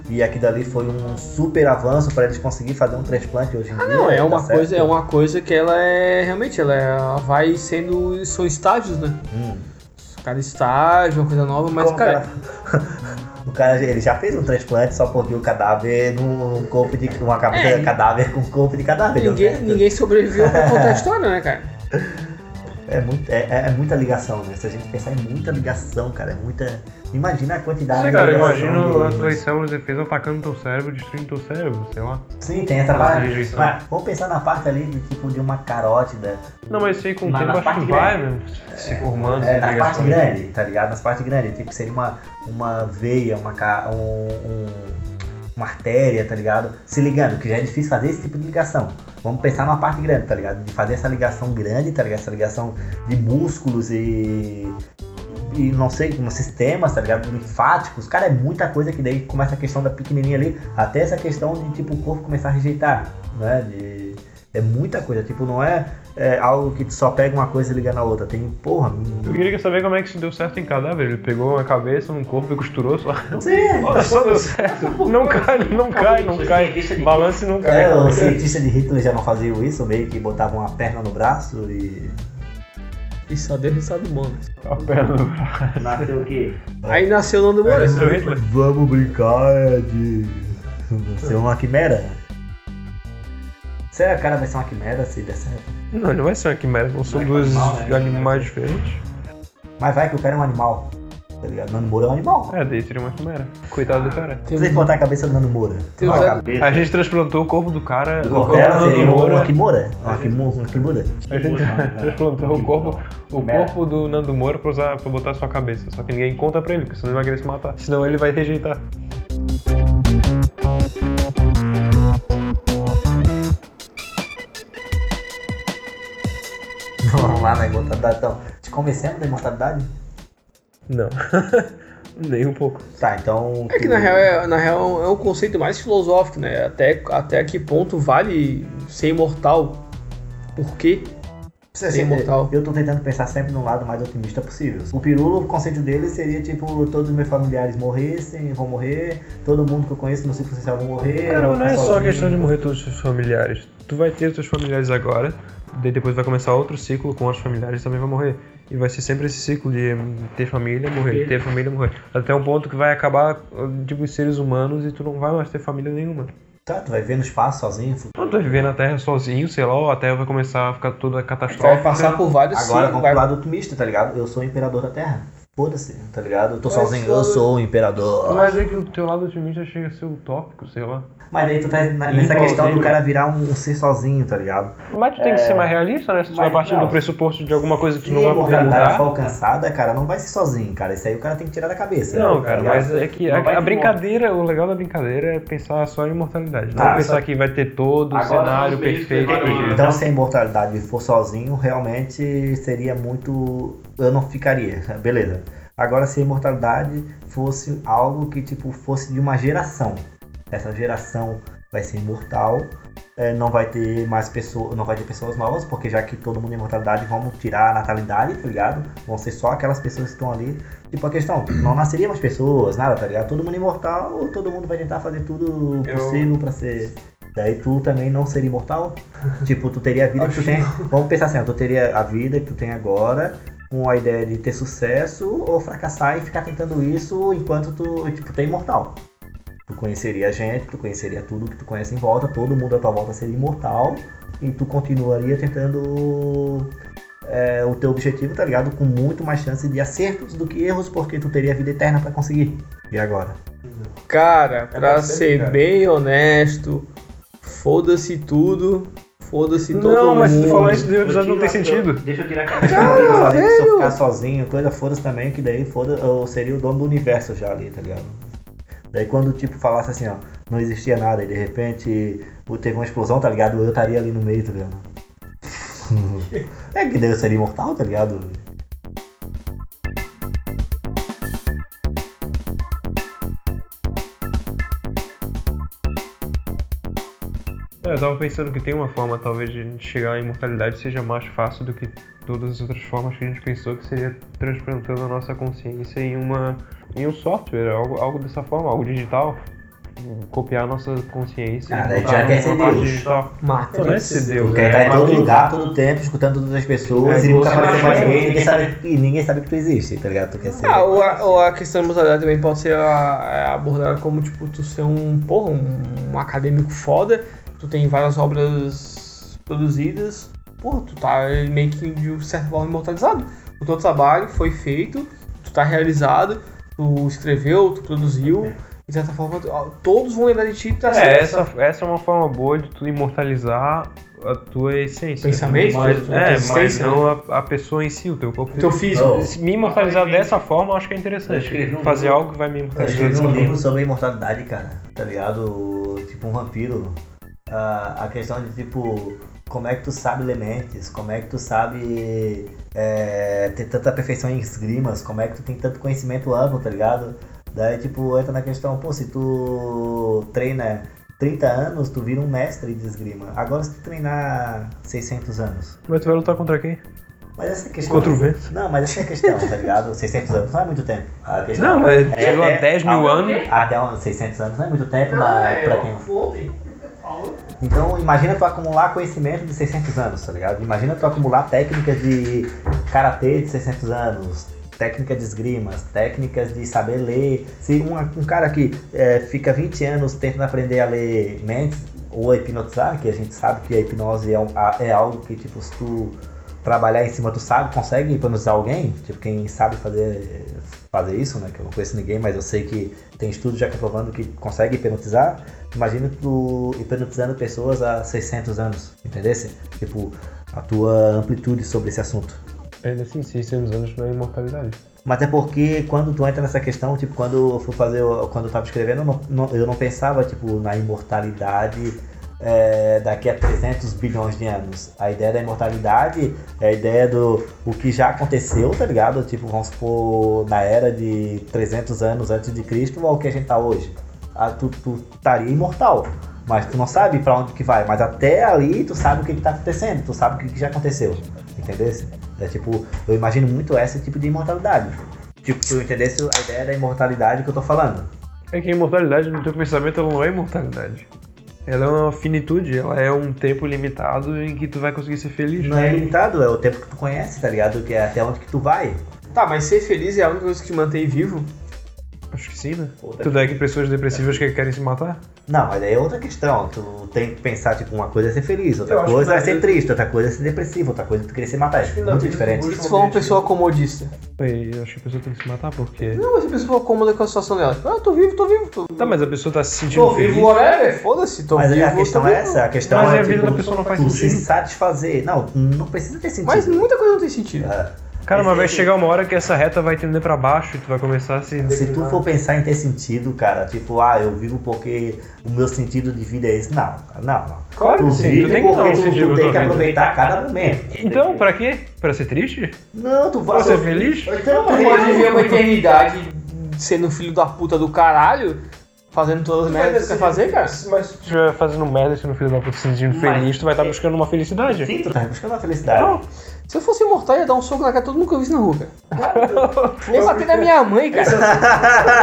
Speaker 2: E aquilo ali foi um super avanço para eles conseguirem fazer um transplante hoje em dia.
Speaker 3: Não, é
Speaker 2: tá
Speaker 3: uma
Speaker 2: certo?
Speaker 3: coisa, é uma coisa que ela é realmente, ela, é- ela vai sendo são estágios, né?
Speaker 2: Hum.
Speaker 3: Cada estágio, uma coisa nova, mas
Speaker 2: Como
Speaker 3: cara,
Speaker 2: que ela- O cara ele já fez um transplante só porque o cadáver num corpo de. uma cabeça
Speaker 3: É.
Speaker 2: de cadáver com um corpo de cadáver. deu
Speaker 3: Ninguém,
Speaker 2: certo.
Speaker 3: ninguém sobreviveu pra contar a história, né, cara?
Speaker 2: É, muito, é, é- é muita ligação, né? Se a gente pensar em muita ligação, cara, é muita. Imagina a quantidade
Speaker 1: Sei, cara,
Speaker 2: um de ligação
Speaker 1: imagina
Speaker 2: do-
Speaker 1: as tuas células de defesa atacando teu cérebro, destruindo teu cérebro, sei lá.
Speaker 2: Sim, tem essa
Speaker 1: Ah,
Speaker 2: parte.
Speaker 1: rejeição.
Speaker 2: Mas vamos pensar na parte ali do tipo de uma carótida.
Speaker 1: Não, mas sei com o
Speaker 4: Mas
Speaker 1: tempo
Speaker 4: na
Speaker 1: acho que
Speaker 4: parte
Speaker 1: vai, mesmo, se formando.
Speaker 2: É,
Speaker 1: se
Speaker 2: na
Speaker 1: ligação.
Speaker 2: parte grande, tá ligado? Nas partes grandes. Tipo, seria uma, uma veia, uma, ca- um- um- uma artéria, tá ligado? Se ligando, que já é difícil fazer esse tipo de ligação. Vamos pensar numa parte grande, tá ligado? De fazer essa ligação grande, tá ligado? Essa ligação de músculos e. E não sei, como sistemas, tá ligado? Linfáticos, cara, é muita coisa que daí começa a questão da pequenininha ali, até essa questão de tipo o corpo começar a rejeitar, né? De, é muita coisa, tipo, não é, é algo que tu só pega uma coisa e liga na outra, tem, porra,
Speaker 1: Eu queria saber como é que isso deu certo em cadáver. Ele pegou uma cabeça, um corpo e costurou só.
Speaker 2: Sim,
Speaker 1: Olha, só deu certo. Não cai, não cai, não cai. Balance não cai.
Speaker 2: é, os cientistas de Hitler já não faziam isso, meio que botavam uma perna no braço e.
Speaker 3: E só deu resultado humano.
Speaker 1: A perna do
Speaker 4: Nasceu o quê?
Speaker 3: Aí nasceu o Nando Moura.
Speaker 1: braço do Hitler.
Speaker 2: Vamos brincar é de. ser uma quimera? Será que o cara vai ser uma quimera se der certo?
Speaker 1: Não, ele não vai ser uma quimera, não são
Speaker 4: Vai
Speaker 1: dois
Speaker 4: animal, né?
Speaker 1: animais diferentes.
Speaker 2: Mas vai que o cara é um animal. Tá ligado? Nando Moura é um animal.
Speaker 1: É, daí seria uma quimera. Coitado do cara.
Speaker 3: Tem
Speaker 2: Você botar a cabeça do Nando Moura.
Speaker 3: Tem
Speaker 2: Uma
Speaker 3: um-
Speaker 2: cabeça.
Speaker 1: um- A gente transplantou o corpo do cara.
Speaker 2: Do
Speaker 1: o corpo
Speaker 2: Cortella
Speaker 1: do
Speaker 2: seria
Speaker 1: Nando Moura.
Speaker 2: uma Kimura? Uma Kimura? Uma né? Kimura?
Speaker 1: A gente transplantou o corpo, o corpo do Nando Moura pra, usar, pra botar a sua cabeça. Só que ninguém conta pra ele, porque senão ele vai querer se matar. Senão ele vai rejeitar.
Speaker 2: Vamos lá na imortalidade então. Te convencemos da imortalidade?
Speaker 1: Não. Nem um pouco.
Speaker 2: Tá, então.
Speaker 3: É que na real, é, na real é um conceito mais filosófico, né? Até, até que ponto vale ser imortal? Por quê?
Speaker 2: Precisa
Speaker 3: Ser imortal.
Speaker 2: Eu tô tentando pensar sempre no lado mais otimista possível. O Pirulo, o conceito dele seria tipo, todos os meus familiares morressem, vão morrer, todo mundo que eu conheço no ciclo social vão morrer. eu
Speaker 1: Cara,
Speaker 2: vou
Speaker 1: não é
Speaker 2: ficar
Speaker 1: só
Speaker 2: sozinho.
Speaker 1: questão de morrer todos os seus familiares. Tu vai ter os teus familiares agora, daí depois vai começar outro ciclo com os familiares também vai morrer. E vai ser sempre esse ciclo de hum, ter família, morrer, ter família, morrer. Até um ponto que vai acabar, tipo, os seres humanos e tu não vai mais ter família nenhuma.
Speaker 2: Tá, tu vai ver no espaço sozinho. fu-
Speaker 1: Quando tu vai viver na Terra sozinho, sei lá, ou a Terra vai começar a ficar toda catastrófica.
Speaker 3: Vai passar por vários
Speaker 2: Agora vamos
Speaker 3: vai-
Speaker 2: pro lado otimista, tá ligado? Eu sou o imperador da Terra. Foda-se, tá ligado? Eu tô
Speaker 3: Mas
Speaker 2: sozinho, eu
Speaker 3: só-
Speaker 2: sou o imperador.
Speaker 1: Mas é que o teu lado otimista chega a ser utópico, sei lá.
Speaker 2: Mas daí tu tá na- nessa
Speaker 1: Envolvente.
Speaker 2: questão do cara virar um, um ser sozinho, tá ligado?
Speaker 1: Mas tu tem que ser mais realista, né? Se tu
Speaker 2: mas
Speaker 1: vai partir
Speaker 2: não.
Speaker 1: do pressuposto de alguma coisa que tu
Speaker 2: Se
Speaker 1: não
Speaker 2: a
Speaker 1: vai poder
Speaker 2: imortalidade
Speaker 1: mudar.
Speaker 2: for alcançada, cara, não vai ser sozinho, cara. Isso aí o cara tem que tirar da cabeça.
Speaker 1: Não,
Speaker 2: tá
Speaker 1: cara,
Speaker 2: ligado?
Speaker 1: mas é que
Speaker 2: Não vai
Speaker 1: a, a
Speaker 2: ter
Speaker 1: brincadeira, o legal da brincadeira é pensar só em imortalidade. Não
Speaker 2: Tá,
Speaker 1: pensar que vai ter todo o
Speaker 4: Agora
Speaker 1: cenário
Speaker 4: vamos ver
Speaker 1: perfeito.
Speaker 4: isso agora.
Speaker 1: de-
Speaker 2: Então, se a imortalidade for sozinho, realmente seria muito. Eu não ficaria, beleza. Agora, se a imortalidade fosse algo que tipo fosse de uma geração, essa geração vai ser imortal, eh, não vai ter mais pessoas, não vai ter pessoas novas, porque já que todo mundo é imortalidade, vamos tirar a natalidade, tá ligado? Vão ser só aquelas pessoas que estão ali. Tipo a questão, não nasceria mais pessoas, nada, tá ligado? Todo mundo é imortal, todo mundo vai tentar fazer tudo
Speaker 1: Eu-
Speaker 2: possível pra ser. Daí tu também não seria imortal? Tipo, tu teria a vida que tu tem. Vamos pensar assim, ó, tu teria a vida que tu tem agora com a ideia de ter sucesso ou fracassar e ficar tentando isso enquanto tu, tipo, tu é imortal. Tu conheceria a gente, tu conheceria tudo que tu conhece em volta, todo mundo à tua volta seria imortal e tu continuaria tentando é, o teu objetivo, tá ligado? Com muito mais chance de acertos do que erros, porque tu teria a vida eterna pra conseguir. E agora?
Speaker 3: Cara, pra
Speaker 1: bastante,
Speaker 3: ser
Speaker 1: cara.
Speaker 3: bem honesto, foda-se tudo, foda-se Então, todo mundo.
Speaker 1: Não, mas se tu falar isso do episódio não tem
Speaker 4: Deixa eu tirar-
Speaker 1: sentido.
Speaker 4: Deixa eu tirar a
Speaker 2: Cara, eu
Speaker 4: cabeça.
Speaker 2: falei que se eu ficar sozinho, coisa foda-se também, que daí foda eu seria o dono do universo já ali, tá ligado? Daí quando, tipo, falasse assim, ó, não existia nada e de repente pô, teve uma explosão, tá ligado? Eu estaria ali no meio, tá ligado? é que daí eu seria imortal, tá ligado?
Speaker 1: É, Eu tava pensando que tem uma forma, talvez, de a gente chegar à imortalidade seja mais fácil do que todas as outras formas que a gente pensou, que seria transplantando a nossa consciência em uma em um software, algo, algo dessa forma, algo digital. copiar nossa consciência.
Speaker 2: Cara,
Speaker 1: e
Speaker 2: já
Speaker 1: botar
Speaker 2: quer
Speaker 1: na
Speaker 2: ser
Speaker 1: vontade
Speaker 2: Deus.
Speaker 1: de tal.
Speaker 3: Mata. né?
Speaker 1: Não é ser Deus,
Speaker 2: Porque tá
Speaker 1: é
Speaker 2: em todo
Speaker 1: uma-
Speaker 2: lugar, todo tempo, escutando todas as pessoas
Speaker 1: É,
Speaker 2: e nunca
Speaker 1: você
Speaker 2: apareceu
Speaker 1: vai
Speaker 2: mais
Speaker 1: ver.
Speaker 2: ninguém, ninguém sabe, e ninguém sabe que tu existe, tá ligado? Tu quer ser.
Speaker 3: Ah, ou a, ou a questão da mortalidade também pode ser a- é abordada como, tipo, tu ser um, porra, um, um acadêmico foda, tu tem várias obras produzidas, porra, tu tá meio que de certa forma imortalizado. O teu trabalho foi feito, tu tá realizado, tu escreveu, tu produziu, de certa forma, tu- ó, todos vão lembrar de ti, tu tá
Speaker 1: É, essa, essa é uma forma boa de tu imortalizar a tua essência.
Speaker 3: Pensamento,
Speaker 1: mas,
Speaker 3: tua
Speaker 1: é, mas
Speaker 3: existência,
Speaker 1: não a, a pessoa em si, o teu corpo.
Speaker 3: o teu físico.
Speaker 2: Oh.
Speaker 1: Se me imortalizar dessa forma, eu acho que é
Speaker 4: Eu
Speaker 1: interessante.
Speaker 4: escrevi um
Speaker 1: Fazer
Speaker 4: livro.
Speaker 1: algo que vai me
Speaker 2: Eu
Speaker 1: imortalizar.
Speaker 2: escrevi
Speaker 1: dessa
Speaker 2: um
Speaker 1: forma.
Speaker 2: livro sobre a imortalidade, cara, tá ligado? Tipo um vampiro. Ah, a questão de tipo, como é que tu sabe ler mentes, como é que tu sabe é, ter tanta perfeição em esgrimas, como é que tu tem tanto conhecimento amplo, tá ligado? Daí tipo, entra na questão, pô, se tu treina 30 anos, tu vira um mestre de esgrima. Agora se tu treinar 600 anos.
Speaker 1: Mas tu vai lutar tá contra quem?
Speaker 2: Mas essa é a questão.
Speaker 1: Contra o vento.
Speaker 2: Não, mas essa é a questão, tá ligado? 600 anos não é muito tempo. A questão-
Speaker 1: Não, mas
Speaker 2: É,
Speaker 1: chegou
Speaker 2: é,
Speaker 1: a 10 mil
Speaker 2: ah,
Speaker 1: anos.
Speaker 2: até uns 600 anos não é muito tempo mas pra quem. Então imagina tu acumular conhecimento de 600 anos, tá ligado? Imagina tu acumular técnicas de karatê de 600 anos, técnicas de esgrimas, técnicas de saber ler. Se um, um cara que é, fica 20 anos tentando aprender a ler mentes ou a hipnotizar, que a gente sabe que a hipnose é, um- a- é algo que tipo se tu trabalhar em cima tu sabe, consegue hipnotizar alguém, tipo quem sabe fazer fazer isso, né? Que eu não conheço ninguém, mas eu sei que tem estudo já comprovando que consegue hipnotizar. Imagina tu hipnotizando pessoas há 600 anos, entendesse? Tipo, a tua amplitude sobre esse assunto.
Speaker 1: Ainda assim, 600 anos não é imortalidade.
Speaker 2: Mas é porque quando tu entra nessa questão, tipo, quando eu fui fazer, o- quando eu tava escrevendo, eu não, não- eu não pensava, tipo, na imortalidade é, daqui a 300 bilhões de anos. A ideia da imortalidade é a ideia do o que já aconteceu, tá ligado? Tipo, vamos supor, na era de 300 anos antes de Cristo ao que a gente tá hoje. Ah, tu, tu estaria imortal, mas tu não sabe pra onde que vai. Mas até ali, tu sabe o que que tá acontecendo, tu sabe o que que já aconteceu, entendeu? É tipo, eu imagino muito esse tipo de imortalidade. Tipo, tu entendesse a ideia da imortalidade que eu tô falando.
Speaker 1: É que a imortalidade no teu pensamento ela não é imortalidade. Ela é uma finitude, ela é um tempo limitado em que tu vai conseguir ser feliz.
Speaker 2: Não é limitado, é o tempo que tu conhece, tá ligado? Que é até onde que tu vai.
Speaker 3: Tá, mas ser feliz é a única coisa que te mantém vivo?
Speaker 1: Acho que sim, né? Tudo é que pessoas depressivas que querem se matar?
Speaker 2: Não, mas aí é outra questão. Tu tem que pensar, tipo, uma coisa é ser feliz,
Speaker 3: Eu
Speaker 2: outra
Speaker 3: acho
Speaker 2: coisa
Speaker 3: que
Speaker 2: é ser
Speaker 3: na-
Speaker 2: triste, outra coisa é ser depressivo, outra coisa é tu querer se matar. É
Speaker 4: na
Speaker 2: muito
Speaker 4: vida
Speaker 2: diferente.
Speaker 4: do
Speaker 3: Se tu for uma pessoa comodista.
Speaker 1: E eu acho que a pessoa tem que se matar porque.
Speaker 3: Não, mas se a pessoa for cômoda com a situação dela. Ah, tô vivo, tô vivo, tô
Speaker 1: Tá, mas a pessoa tá se sentindo
Speaker 3: Tô vivo,
Speaker 1: feliz.
Speaker 3: whatever, foda-se, tô
Speaker 2: Mas aí
Speaker 3: vivo.
Speaker 2: a questão
Speaker 3: tô
Speaker 2: é
Speaker 3: vivo.
Speaker 2: essa, a questão
Speaker 1: Mas
Speaker 2: é
Speaker 1: a vida
Speaker 2: tipo,
Speaker 1: da pessoa não faz
Speaker 2: tu se
Speaker 1: sentido.
Speaker 2: satisfazer. Não, não precisa ter sentido.
Speaker 3: Mas muita coisa não tem sentido.
Speaker 2: Ah,
Speaker 1: Cara, mas vai chegar uma hora que essa reta vai tender pra baixo e tu vai começar a se.
Speaker 2: Se tu for pensar em ter sentido, cara, tipo, ah, eu vivo porque o meu sentido de vida é esse. Não, cara, não, assim, não.
Speaker 1: Claro
Speaker 2: Tu
Speaker 1: que sim,
Speaker 2: vive
Speaker 1: tu tem que dar
Speaker 2: porque
Speaker 1: um
Speaker 2: tu-
Speaker 1: sentido
Speaker 2: tu
Speaker 1: pra
Speaker 2: tem que
Speaker 1: tua vida.
Speaker 2: aproveitar cada momento.
Speaker 1: Então, pra quê? Pra ser triste?
Speaker 2: Não, tu vai.
Speaker 1: Pra ser feliz?
Speaker 2: Então,
Speaker 3: Tu pode viver uma eternidade sendo um filho da puta do caralho, fazendo todas as merdas que você quer fazer, cara.
Speaker 1: Se tu estiver fazendo merda e se no filho da puta se sentindo feliz, tu vai estar buscando uma felicidade.
Speaker 2: Sim, tu tá buscando a felicidade.
Speaker 1: Não.
Speaker 3: Se eu fosse imortal, eu ia dar um soco na cara de todo mundo que eu visse na rua, cara. Nem bater na minha mãe, cara.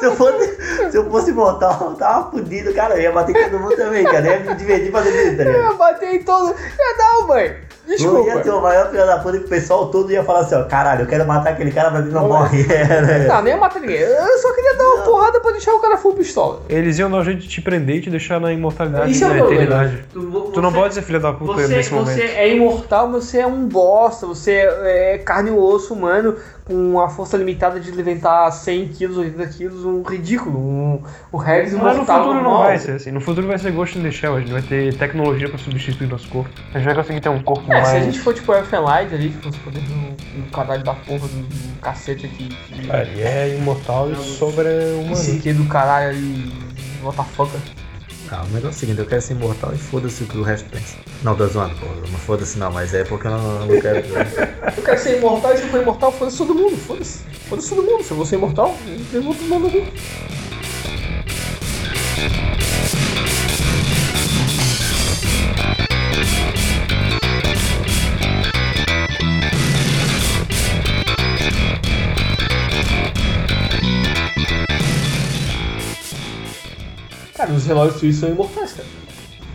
Speaker 2: se, eu fosse, se eu fosse botar, eu tava fudido, cara. Eu ia bater em todo mundo também, cara. Eu ia me divertir fazendo isso, tá
Speaker 3: Eu
Speaker 2: ligado?
Speaker 3: ia bater em todo. Eu não, mãe.
Speaker 2: Eu ia ser
Speaker 3: Desculpa.
Speaker 2: o maior filho da puta que o pessoal todo ia falar assim, ó, caralho, eu quero matar aquele cara, mas ele
Speaker 1: é.
Speaker 2: não morre. um-
Speaker 3: Não, nem ia matar ninguém. Eu só queria dar uma porrada pra deixar o cara full pistola.
Speaker 1: Eles iam dar um jeito de te prender e te deixar na imortalidade,
Speaker 3: Isso é
Speaker 1: na
Speaker 3: o problema.
Speaker 1: eternidade.
Speaker 3: Tu, vo-
Speaker 1: Tu não
Speaker 3: você-
Speaker 1: pode ser filho da puta
Speaker 3: Você,
Speaker 1: nesse momento.
Speaker 3: você é imortal, você é um bosta, você é é carne e osso humano com a força limitada de levantar 100 quilos, 80 quilos, um ridículo, um, um Regis
Speaker 1: Mas no
Speaker 3: imortal
Speaker 1: futuro não
Speaker 3: normal.
Speaker 1: vai ser assim. No futuro vai ser Ghost in the Shell, a gente vai ter tecnologia pra substituir nosso corpo. A gente vai conseguir ter um corpo
Speaker 3: É,
Speaker 1: mais.
Speaker 3: se a gente for tipo Elfenlight ali, tipo, os poderes do, do caralho da porra, do, do cacete aqui, que,
Speaker 1: Cara, ele é imortal e
Speaker 3: não
Speaker 1: sobre-humano.
Speaker 3: sei o que do caralho ali, what the fuck.
Speaker 2: Ah, o negócio é o seguinte, eu quero ser imortal e foda-se o que o resto pensa. Não, tô zoando, pô, não foda-se não, mas é porque eu não, não quero.
Speaker 3: Eu quero ser imortal e se eu for imortal, foda-se todo mundo, foda-se. Foda-se todo mundo, se eu vou ser imortal, eu vou todo mundo aqui. Cara, os relógios suíços são imortais, cara.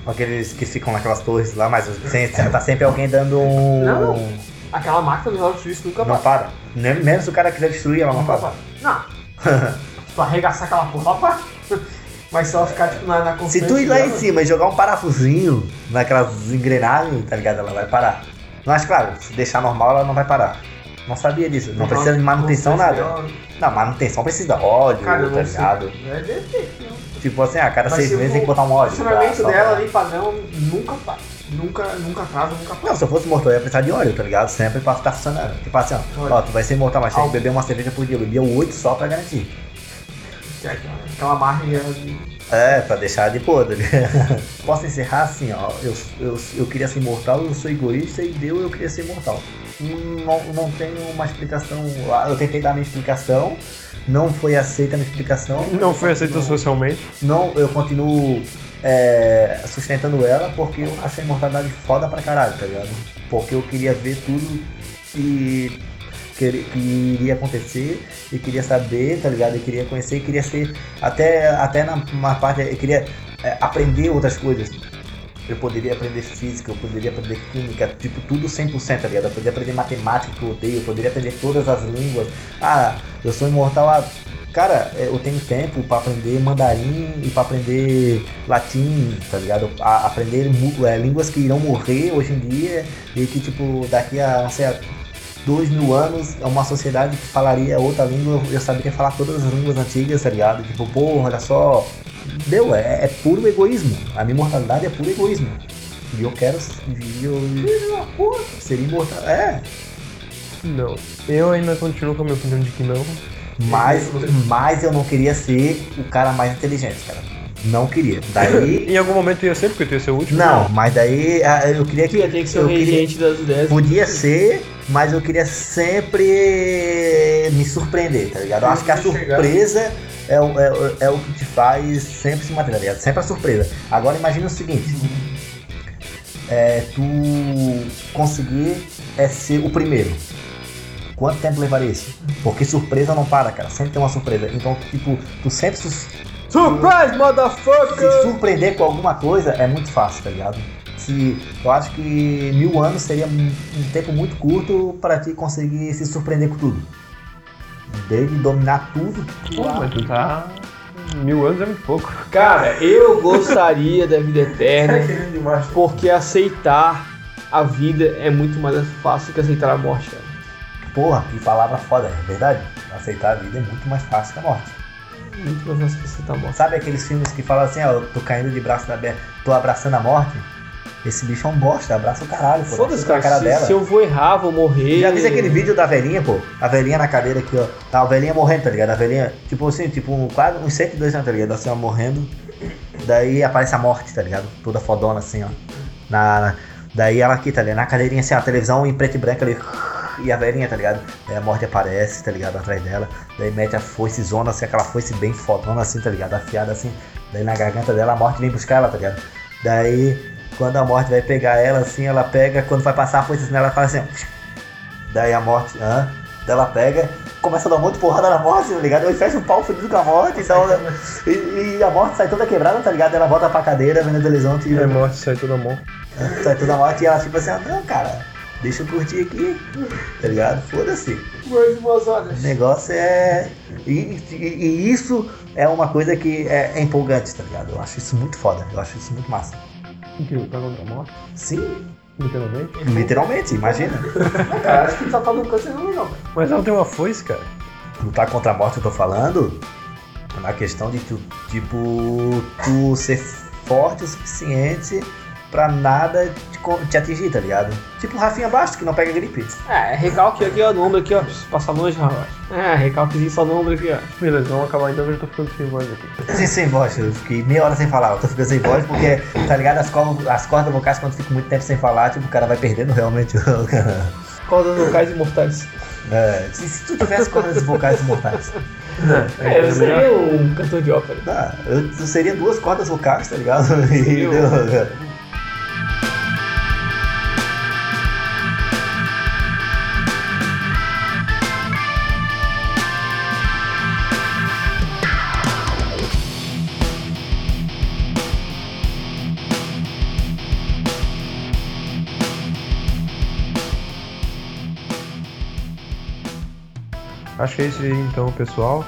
Speaker 2: Aqueles que ficam naquelas torres lá, mas sem- tá sempre alguém dando um.
Speaker 3: Não, Aquela máquina do relógio suíço nunca
Speaker 2: Não
Speaker 3: para.
Speaker 2: para. Nem- Mesmo se o cara quiser destruir, ela não
Speaker 3: Nunca
Speaker 2: para.
Speaker 3: para. Não. Se tu arregaçar aquela porra, ela para. Mas se ela ficar, tipo, na, na
Speaker 2: Se
Speaker 3: constante
Speaker 2: tu ir lá em
Speaker 3: dela-
Speaker 2: cima e jogar um parafusinho naquelas engrenagens, tá ligado? Ela vai parar. Mas claro, se deixar normal, ela não vai parar. Não sabia disso. Não precisa de manutenção, nada. Não, manutenção precisa óleo,
Speaker 3: Cara, eu
Speaker 2: tá
Speaker 3: não sei.
Speaker 2: ligado?
Speaker 3: É, deve ter, não.
Speaker 2: Tipo assim, a cada
Speaker 3: Mas
Speaker 2: seis
Speaker 3: se
Speaker 2: meses
Speaker 3: o
Speaker 2: tem que botar um
Speaker 3: O
Speaker 2: óleo. pra
Speaker 3: funcionamento
Speaker 2: só-
Speaker 3: dela ali, padrão, nunca para. Nunca, nunca atrasa, nunca para.
Speaker 2: Não, se eu fosse mortal, eu ia precisar de óleo, tá ligado? Sempre pra ficar funcionando. Tipo assim, ó,
Speaker 3: Olha.
Speaker 2: ó, tu vai ser mortal, mas tem que
Speaker 3: Algo.
Speaker 2: beber uma cerveja por dia. Eu bebia oito só pra garantir.
Speaker 3: É aquela- Aquela máquina de...
Speaker 2: É, pra deixar de podre. Posso encerrar assim, ó. Eu, eu, eu queria ser imortal, eu sou egoísta e deu eu queria ser imortal. Não, não tenho uma explicação. Eu tentei dar minha explicação, não foi aceita a minha explicação.
Speaker 1: Não foi aceito socialmente.
Speaker 2: Não, eu continuo é, sustentando ela porque eu achei a imortalidade foda pra caralho, tá ligado? Porque eu queria ver tudo que, que, que iria acontecer e queria saber, tá ligado? Eu queria conhecer e queria ser. Até, até na uma parte, eu queria é, aprender outras coisas. Eu poderia aprender física, eu poderia aprender química, tipo, tudo 100%, tá ligado? Eu poderia aprender matemática, que eu odeio, eu poderia aprender todas as línguas. Ah, eu sou imortal, ah, Cara, é, eu tenho tempo pra aprender mandarim e pra aprender latim, tá ligado? A- aprender mu- é, línguas que irão morrer hoje em dia e que, tipo, daqui a, não sei, a dois mil anos, é uma sociedade que falaria outra língua, eu saberia falar todas as línguas antigas, tá ligado? Tipo, porra, olha só. Deu, é, é puro egoísmo. A minha imortalidade é puro egoísmo. E eu quero. E eu. Seria imortal. É,
Speaker 1: Não. Eu ainda continuo com a minha opinião de que não.
Speaker 2: Mas, mas eu não queria ser o cara mais inteligente, cara. Não queria.
Speaker 3: Tá
Speaker 2: Daí.
Speaker 1: Em algum momento eu ia ser, porque eu ia ser o último.
Speaker 2: Não, mas daí ah, eu queria que.
Speaker 3: Tinha que ser o
Speaker 2: eu queria,
Speaker 3: regente das ideias.
Speaker 2: Podia ser, mas eu queria sempre me surpreender, tá ligado? Eu acho que a surpresa é, o- é o- é o que te faz sempre se manter, tá ligado? Sempre a surpresa. Agora imagina o seguinte. É, tu conseguir é ser o primeiro. Quanto tempo levaria isso? Porque surpresa não para, cara. Sempre tem uma surpresa. Então, tipo, tu sempre su-
Speaker 3: Surprise, motherfucker!
Speaker 2: se surpreender com alguma coisa é muito fácil, tá ligado? Se, eu acho que mil anos seria um, um tempo muito curto pra ti conseguir se surpreender com tudo. Desde dominar tudo.
Speaker 1: Pô, mas tu tá. Mil anos é muito pouco.
Speaker 3: Cara, eu gostaria da vida eterna
Speaker 1: querendo demais.
Speaker 3: porque aceitar a vida é muito mais fácil que aceitar a morte, cara.
Speaker 2: Porra, que palavra foda, é verdade? Aceitar a vida é muito mais fácil que a morte.
Speaker 3: Muito mais fácil que aceitar a morte.
Speaker 2: Sabe aqueles filmes que falam assim, ó, eu tô caindo de braço aberto, tô abraçando a morte? Esse bicho é um bosta, abraça o caralho, pô.
Speaker 3: Foda-se,
Speaker 2: chuta na
Speaker 3: cara. se, se eu vou errar, vou morrer.
Speaker 2: Já fiz aquele vídeo da velhinha, pô. A velhinha na cadeira aqui, ó. Tá, a velhinha morrendo, tá ligado? A velhinha, tipo assim, tipo um, quase uns 102 anos, tá ligado? Assim, ó, morrendo. Daí aparece a morte, tá ligado? Toda fodona assim, ó. Na, na- daí ela aqui, tá ligado? Na cadeirinha assim, ó, a televisão em preto e branco ali. E a velhinha, tá ligado? Daí a morte aparece, tá ligado? Atrás dela. Daí mete a foice zona, assim, aquela foice bem fodona assim, tá ligado? Afiada assim. Daí na garganta dela a morte vem buscar ela, tá ligado? Daí. Quando a morte vai pegar ela assim, ela pega, quando vai passar a foice assim, ela fala assim, ó, Daí a morte, hã? Daí ela pega, começa a dar um monte de porrada na morte, tá ligado? Ele fecha o pau feliz com a morte e, dá uma- e, e a morte sai toda quebrada, tá ligado? Ela volta pra cadeira, vendo o horizonte e
Speaker 1: É morte, sai toda morte.
Speaker 2: sai toda morte e ela tipo assim, ah, não, cara, deixa eu curtir aqui, tá ligado? Foda-se.
Speaker 3: Mais umas horas.
Speaker 2: O negócio é. E, e- e isso é uma coisa que é, é empolgante, tá ligado? Eu acho isso muito foda, eu acho isso muito massa.
Speaker 1: O que? Tá contra a morte?
Speaker 2: Sim,
Speaker 1: Literalmente.
Speaker 2: literalmente, imagina.
Speaker 3: Cara, acho que tá falando câncer não, não.
Speaker 1: Mas ela tem uma foice, cara.
Speaker 2: lutar contra a morte eu tô falando na questão de tu, tipo, tu ser forte o suficiente pra nada te, co- te atingir, tá ligado? Tipo o Rafinha Basto, que não pega gripe.
Speaker 3: É, recalque aqui, ó, no ombro aqui, ó. Passar longe, rapaz. É, recalquezinho só no ombro aqui, ó.
Speaker 1: Beleza, vamos acabar então, eu já tô ficando sem voz aqui.
Speaker 2: Sem, sem voz, eu fiquei meia hora sem falar, eu tô ficando sem voz porque, tá ligado? As, cordas- as cordas vocais, quando fica muito tempo sem falar, tipo, o cara vai perdendo realmente. o-
Speaker 3: Cordas vocais imortais.
Speaker 2: é, se, se tu tivesse cordas vocais imortais,
Speaker 3: É, eu seria um cantor de ópera.
Speaker 2: tá, eu, eu seria duas cordas vocais, tá ligado?
Speaker 3: Seria
Speaker 1: Acho que é isso aí então, pessoal.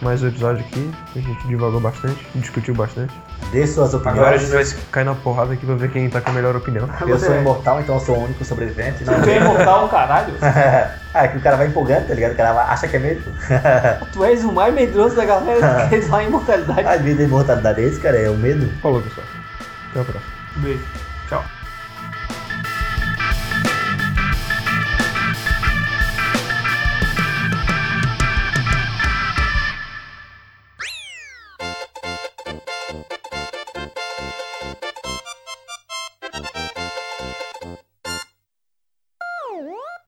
Speaker 1: Mais um episódio aqui. A gente divagou bastante, discutiu bastante.
Speaker 2: Dê suas
Speaker 1: Agora a
Speaker 2: opiniões.
Speaker 1: gente vai cair na porrada aqui pra ver quem tá com a melhor opinião.
Speaker 2: Eu sou imortal, então eu sou o único sobrevivente. Não.
Speaker 3: Tu é imortal, caralho?
Speaker 2: ah, é que o cara vai empolgando, tá ligado? O cara vai- acha que é medo.
Speaker 3: Tu és o mais medroso da galera que eles a imortalidade.
Speaker 2: A vida e imortalidade é esse, cara, é o medo.
Speaker 1: Falou, pessoal. Até a próxima.
Speaker 5: Beijo. Tchau.